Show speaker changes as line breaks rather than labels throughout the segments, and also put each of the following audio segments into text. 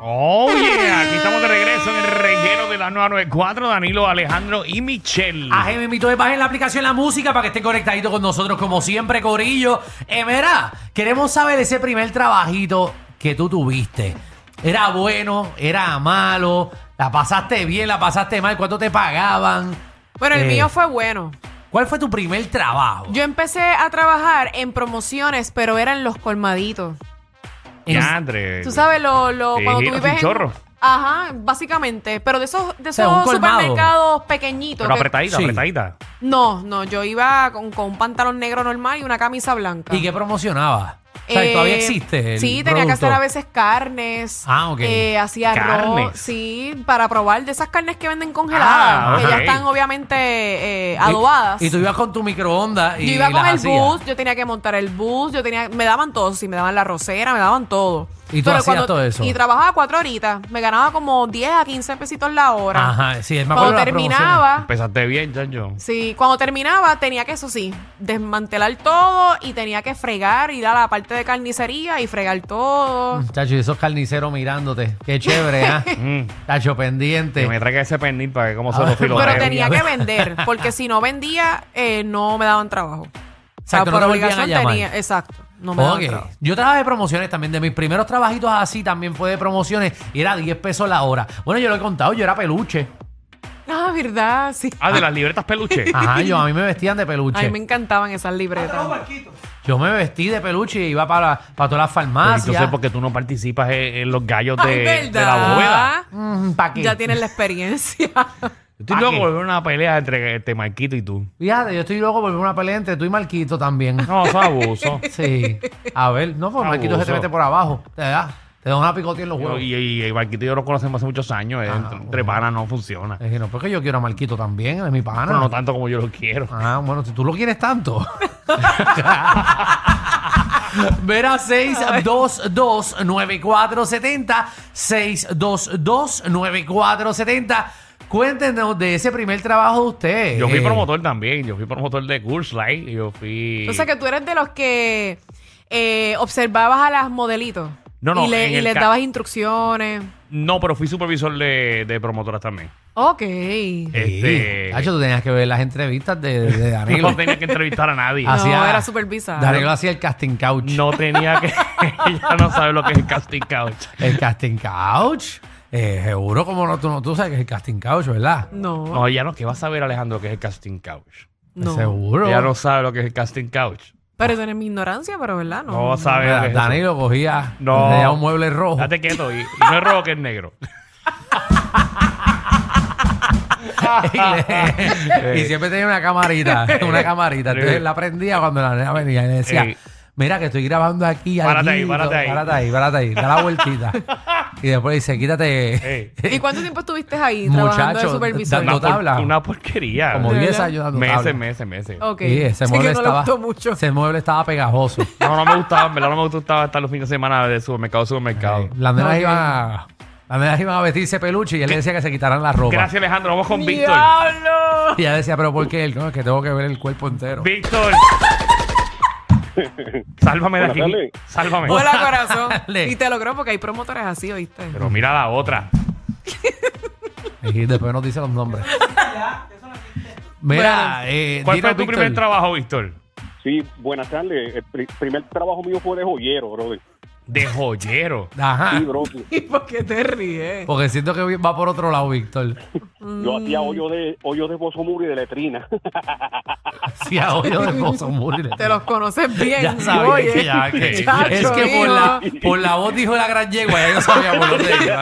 Oh, yeah. Aquí estamos de regreso en el reguero de la 994. Danilo, Alejandro y Michelle.
Aje, me invito a eh, bajen la aplicación La Música para que estén conectaditos con nosotros como siempre, Corillo. Eh, mira, queremos saber ese primer trabajito que tú tuviste. ¿Era bueno? ¿Era malo? ¿La pasaste bien? ¿La pasaste mal? ¿Cuánto te pagaban?
Bueno, el
Eh,
mío fue bueno.
¿Cuál fue tu primer trabajo?
Yo empecé a trabajar en promociones, pero eran los colmaditos.
En-
Yandre.
Tú sabes, lo, lo-
Sí,
cuando tú
los
vives en...
chinchorros.
Ajá, básicamente. Pero de esos, de
O sea,
esos
un colmado.
supermercados pequeñitos.
Pero
que-
apretadita,
Sí.
apretadita.
No, no, yo iba con, con un pantalón negro normal y una camisa blanca.
¿Y qué promocionaba? O sea, ¿Todavía
Eh,
existe? el
Sí, tenía que
producto?
hacer a veces carnes.
Ah, ok.
eh, hacía arroz.
Carnes.
Sí, para probar de esas carnes que venden congeladas,
Ah,
que
ok.
ya están obviamente
Y-
eh, adobadas.
Y, tú ibas con tu microondas y
Yo iba con
las
el
hacías.
bus, yo tenía que montar el bus, yo tenía, me daban todo, sí, me daban la rosera, me daban todo.
¿Y tú hacías todo eso?
Y trabajaba cuatro horitas, me ganaba como 10 a 15 pesitos la hora.
Ajá, sí, me acuerdo
Cuando
de las promociones.
terminaba,
Empezaste bien, Chancho.
sí, cuando terminaba tenía que, eso sí, desmantelar todo y tenía que fregar, ir a la parte de carnicería y fregar todo.
Chacho, y esos carniceros mirándote. Qué chévere, ¿ah?
Mm.
Chacho, pendiente.
Que me traiga ese pernil para que como se lo
Ah,
filo.
Pero
Dios
tenía
mío.
que vender, porque si no vendía, eh, no me daban trabajo. O sea,
Exacto, no te volvían a llamar.
tenía, exacto, no me daban
Ok.
trabajo.
Yo trabajé de promociones también. De mis primeros trabajitos así también fue de promociones. Y era 10 pesos la hora. Bueno, yo lo he contado, yo era peluche.
Ah, verdad, sí.
Ah, de las libretas peluche.
Ajá, yo a mí me vestían de
A
peluche.
mí me encantaban esas libretas.
Yo me vestí de peluche y iba para, para todas las
Pero
farmacias.
Entonces, porque tú no participas en, en los gallos de,
Ay,
de la bóveda.
¿Para qué?
Ya tienes la experiencia.
Estoy
¿Pa'
loco
qué?
por ver una pelea entre este Marquito y tú.
Fíjate, yo estoy luego por una pelea entre tú y Marquito también.
No, eso es abuso.
Sí. A ver, no, porque Marquito se te
Abuso.
mete por abajo. Te da, te da una picotilla en los
Ah, Yo-
huevos.
y, y, y Marquito y yo lo conocemos hace muchos años. eh, entre entre panas no funciona.
Es que no, porque yo quiero a Marquito también, él es mi pana.
Pero no tanto como yo lo quiero.
Ah, bueno, si tú lo quieres tanto. Verá 6229470, 6229470. Cuéntenos de ese primer trabajo de usted.
Yo fui
Eh,
promotor también. Yo fui promotor de Curse Light. Yo fui.
O sea que tú eres de los que eh, observabas a las modelitos.
No, no,
y le-
en
y
el
les
ca-
dabas instrucciones.
No, pero fui supervisor de, de promotoras también.
Ok.
Sí.
Este-
Cacho, tú tenías que ver las entrevistas de, de Danilo.
No tenía que entrevistar a nadie.
Ah, No, era supervisado.
Danilo hacía el casting couch.
No tenía que. Ella no sabe lo que es el casting couch.
El casting couch. Eh, seguro, como no, tú, no, tú sabes que es el casting couch, ¿verdad?
No, no.
No, ella no. ¿Qué va a saber Alejandro que es el casting couch?
Seguro.
Ella no sabe lo que es el casting couch.
Pero eso no es mi ignorancia, pero ¿verdad? No.
No sabe lo
Mira,
que es eso.
Danilo cogía
No.
le daba un mueble rojo.
Date quieto. Y, y no es rojo que es negro.
y, le- y siempre tenía una camarita, una camarita. Entonces
Eh. Sí.
la prendía cuando la nena venía y le decía,
Sí.
mira que estoy grabando aquí.
Párate ahí,
aquí,
párate ahí.
Párate ahí, párate ahí, da la vueltita. y después le dice, quítate,
Ey,
¿Y cuánto tiempo estuviste ahí trabajando de
muchacho,
supervisor?
dando
por-
tabla.
una porquería.
Como
¿De
10
verdad?
años dando tabla.
meses, meses, meses.
Ok.
Sí, ese
Sé
mueble
que no le
estaba,
gustó mucho.
ese mueble estaba pegajoso.
No, no me gustaba, en verdad no me gustaba estar los fines de semana de supermercado a supermercado.
Eh, Las nenas
Ok.
iban a... Las nenas iban a vestirse peluche y él le decía que se quitaran la ropa.
Gracias, Alejandro. Vamos con Víctor.
¡Diablo!
Y ella decía, pero ¿por qué él? No, es que tengo que ver el cuerpo entero.
Víctor. Sálvame de
Buenas
aquí.
tardes.
Sálvame.
Hola, corazón.
Dale.
Y te logró porque hay promotores así, ¿oíste?
Pero mira la otra.
Y después nos dice los nombres. Mira, eh,
¿Cuál
dinos,
fue tu
Víctor.
primer trabajo, Víctor?
Sí, buenas tardes. El pri- primer trabajo mío fue de joyero, brother.
De joyero.
Ajá.
Sí, bro.
¿Y por qué te ríes?
Porque siento que va por otro lado, Víctor.
Yo
Mm.
hacía hoyo de hoyo de bozo muro y de letrina.
Sí, a hoyo de Pozo Murri.
Te los conoces bien.
Ya sabía
oye.
que ya. que-
Chacho,
es que por
hijo.
la, por la voz dijo la gran yegua, ya yo sabía por dónde iba.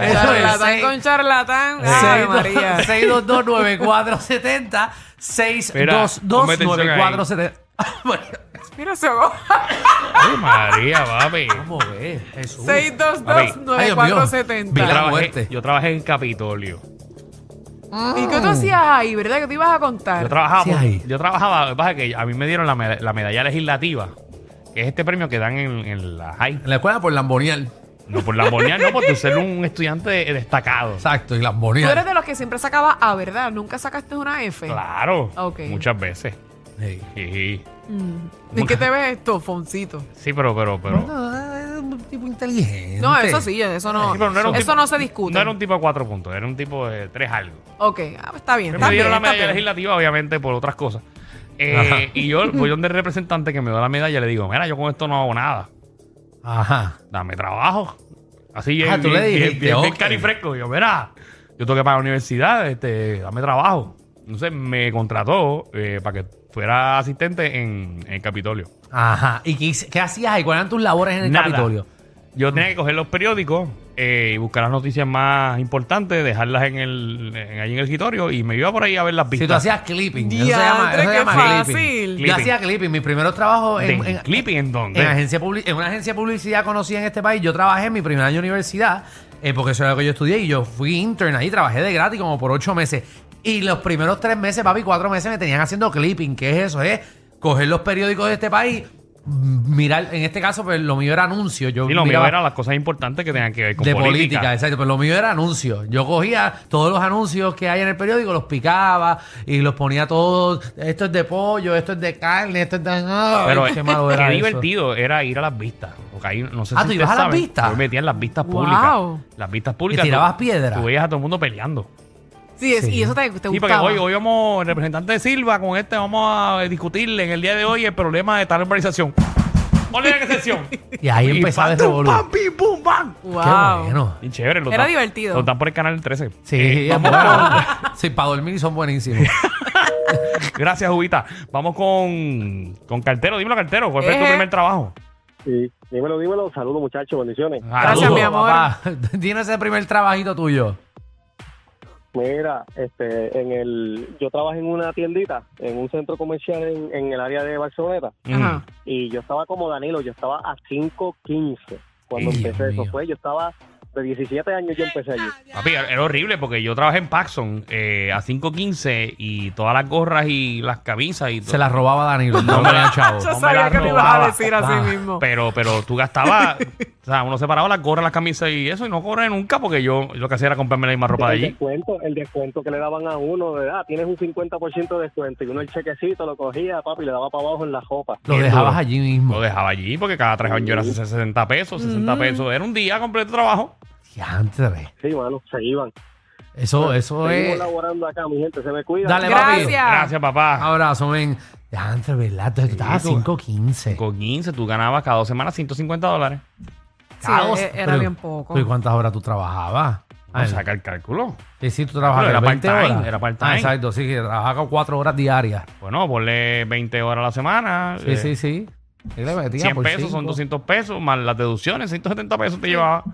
Eso es.
Charlatán con
seis-
charlatán. Ay, María.
6229470 6229470
Mira ese ojo.
Ay, María, papi.
¿Cómo ves?
Uh,
Jesús.
Yo
Mira,
622-9470.
Ay,
trabajé,
muerte.
yo trabajé en Capitolio.
¿Y qué tú hacías ahí, verdad? Que te ibas a
Yo
contar.
trabajaba,
Sí, ahí.
yo trabajaba, lo que pasa es que a mí me dieron la, meda- la medalla legislativa, que es este premio que dan en, en la high.
En la escuela por Lambonial.
No por lambonear, no, por tú ser un estudiante de- destacado.
Exacto, y
Tú eres
Lambonial.
de los que siempre sacabas A, ¿verdad? Nunca sacaste una F.
Claro,
Ok.
muchas veces.
Sí.
Sí, sí.
¿De qué Mm. te ves esto, Foncito?
Sí, pero, pero, pero.
No, es un tipo inteligente.
No, eso sí, eso no,
Sí, pero no era un
eso
tipo-
no se discute.
No era un tipo de cuatro puntos, era un tipo de tres algo.
Ok, ah, pues está bien.
Me
Está bien,
dieron la
está
medalla
bien.
legislativa, obviamente, por otras cosas. Eh,
Ajá.
y yo voy donde el representante que me dio la medalla le digo, mira, yo con esto no hago nada.
Ajá.
Dame trabajo. Así es.
Ah, tú le dijiste,
bien, bien
ok.
califresco. Y Yo, mira, yo tengo que pagar la universidad, este, dame trabajo. Entonces me contrató eh, para que fuera asistente en, en Capitolio.
Ajá. ¿Y qué, hice- qué hacías ahí? ¿Cuáles eran tus labores en el
Nada.
Capitolio?
Yo tenía que coger los periódicos eh, y buscar las noticias más importantes, dejarlas en el, en- ahí en el escritorio y me iba por ahí a ver las
Si tú
vistas.
hacías clipping. Eso se
Diantre,
llama, eso se
qué
llama
fácil.
clipping. Yo
Clipping.
hacía clipping. Mis primeros trabajos
De
en, en-
clipping en donde.
en agencia publi- en una agencia de publicidad conocida en este país. Yo trabajé en mi primer año de universidad, eh, porque eso era lo que yo estudié, y yo fui intern ahí, trabajé de gratis como por ocho meses. Y los primeros tres meses, papi, cuatro meses me tenían haciendo clipping. ¿Qué es eso? Es coger los periódicos de este país, mm, mirar, en este caso, pues lo mío era anuncio. Yo
Y lo mío
miraba-
eran las cosas importantes que tenían que ver con
de política.
política.
exacto. Pero lo mío era anuncios. Yo cogía todos los anuncios que hay en el periódico, los picaba y los ponía todos. Esto es de pollo, esto es de carne, esto es de. ¡Ay,
Pero
qué malo era
qué
eso!
divertido era ir a las vistas. Porque ahí, no sé
Ah,
si
¿tú
ustedes
ibas a las
saben,
vistas?
Yo me metía en las vistas
Wow.
públicas. Las vistas públicas.
¿Y tirabas
tú-
piedra?
Tú veías a todo el mundo peleando.
Sí, es-
Sí.
y eso te, te
Sí, porque
gustaba.
hoy, hoy vamos, el representante de Silva, con este vamos a discutirle en el día de hoy el problema de tal urbanización. ¡Ole la sesión!
Y ahí empezaba el revolú.
¡Pam, pim, pum, pam!
wow.
Qué bueno.
Y chévere. Lo
Era
dan-
divertido.
Lo están por el canal 13.
Sí,
Eh,
es bueno. sí, para dormir son buenísimos.
gracias, Jubita. Vamos con, con Cartero. Dímelo, Cartero. ¿Cuál fue tu
Eje.
primer trabajo? Ah,
Sí. Dímelo, dímelo. Saludos, muchachos. Bendiciones.
Ah.
Gracias,
Saludos.
mi amor.
papá. Tienes ese primer trabajito tuyo.
Mira, este, en el, yo trabajé en una tiendita, en un centro comercial en, en el área de Barceloneta,
Mm.
Ajá.
y yo estaba como Danilo, yo estaba a 5.15 cuando
Ey,
empecé
Dios
eso.
mío.
Fue, yo estaba de 17 años, yo empecé allí.
Papi, era horrible porque yo trabajé en Paxson eh, a 5.15 y todas las gorras y las camisas y todo.
Se la robaba Danilo. No,
me la-
me la
Yo
chavo.
no me la
sabía que me ibas
robaba.
a decir así
Ah,
mismo.
Pero, pero tú gastabas, o sea, uno separaba las gorras, las camisas y eso y no cobré nunca porque yo lo que hacía era comprarme la misma ropa de
El
allí.
descuento, el descuento que le daban a uno, de ah, tienes un 50% de descuento, y uno el chequecito lo cogía, papi, y le daba para abajo en la ropa.
Lo
Qué
dejabas
duro.
allí mismo.
Lo dejaba allí porque cada tres
Uh.
años era 60 pesos, 60
Mm.
pesos. Era un día completo de trabajo.
Diantre.
Sí, mano, se iban.
Eso, eso
Seguimos
es.
laborando acá, mi gente, se me cuida.
Pues, Dale, papi.
Gracias.
Gracias, papá.
Abrazo, men. Diantre, ¿verdad? Tú estabas
tú-
5.15.
Con 15 tú ganabas cada dos semanas 150 dólares.
Sí, e-,
Caos.
era
Pero-
bien poco.
¿Pero ¿y cuántas horas tú trabajabas?
No saca el cálculo.
Sí, sí, tú trabajabas
Pero era
20
part-time,
horas.
era part-time.
Ah, exacto, sí, que trabajaba 4 horas diarias.
Bueno, ponle 20 horas a la semana.
Sí,
eh,
sí, sí. Y le metía
100
por
pesos son
cinco.
200 pesos, más las deducciones, 170 pesos te llevaba.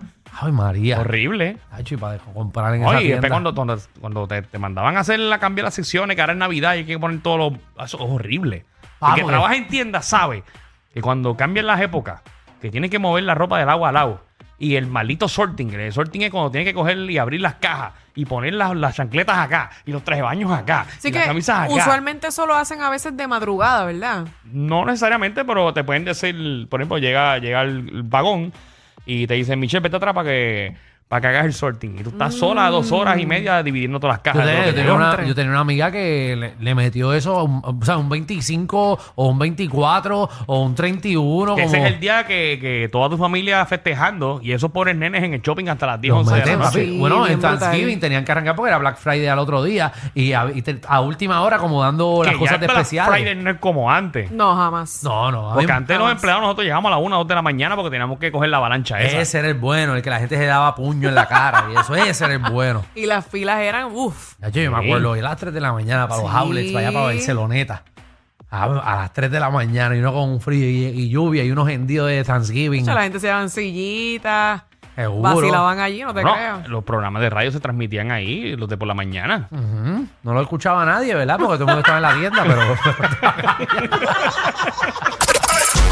Ay, María.
Horrible.
Ay, y para comprar en esa
Oye, y
tienda.
después cuando, cuando, cuando te, te mandaban a hacer la cambiar las secciones, que ahora es Navidad y hay que poner todos los. Eso es horrible.
Ah,
el que
porque-
eh.
trabaja en tienda sabe que cuando cambian las épocas, que tienen que mover la ropa del agua al agua. Y el maldito sorting. El sorting es cuando tienen que coger y abrir las cajas y poner las, las chancletas acá y los trajes baños acá
Así
y las
que
camisas acá.
usualmente eso lo hacen a veces de madrugada, ¿verdad?
No necesariamente, pero te pueden decir, por ejemplo, llega, llega el vagón y te dicen, Michelle, vete atrás para que, para que hagas el sorting. Y tú estás sola dos horas y media dividiendo todas las
Yo
cajas. de lo que
tenía,
te
yo tenía
dio.
una, yo tenía una amiga que le, le metió eso, a un- o sea, un 25 o un 24 o un 31.
Que
como...
Ese es el día que, que toda tu familia festejando y esos pobres nenes en el shopping hasta las 10,
Los
11 de la
meten,
noche.
papi.
Sí,
bueno, en
bien brutal.
Thanksgiving tenían que arrancar porque era Black Friday al otro día y a, y te- a última hora como dando
Que
las
ya
cosas de
Black
especiales.
Friday no es como antes.
No, jamás.
No, no. a mí-
Porque antes los
jamás.
empleados nosotros llegamos a las 1 o 2 de la mañana porque teníamos que coger la avalancha esa.
ese era el bueno, el que la gente se daba puño en la cara y eso, ese era el bueno.
Y las filas eran, uff.
Ya, yo me
Sí.
acuerdo, y a las 3 de la mañana para
Sí.
los outlets, para allá para Barceloneta. A, a las 3 de la mañana y uno con un frío y, y lluvia y unos hendidos de Thanksgiving.
La gente se daban sillitas,
Seguro.
vacilaban allí, no te
No,
creo.
los programas de radio se transmitían ahí, los de por la mañana.
Ujú. No lo escuchaba nadie, ¿verdad? Porque todo el mundo estaba en la tienda, pero...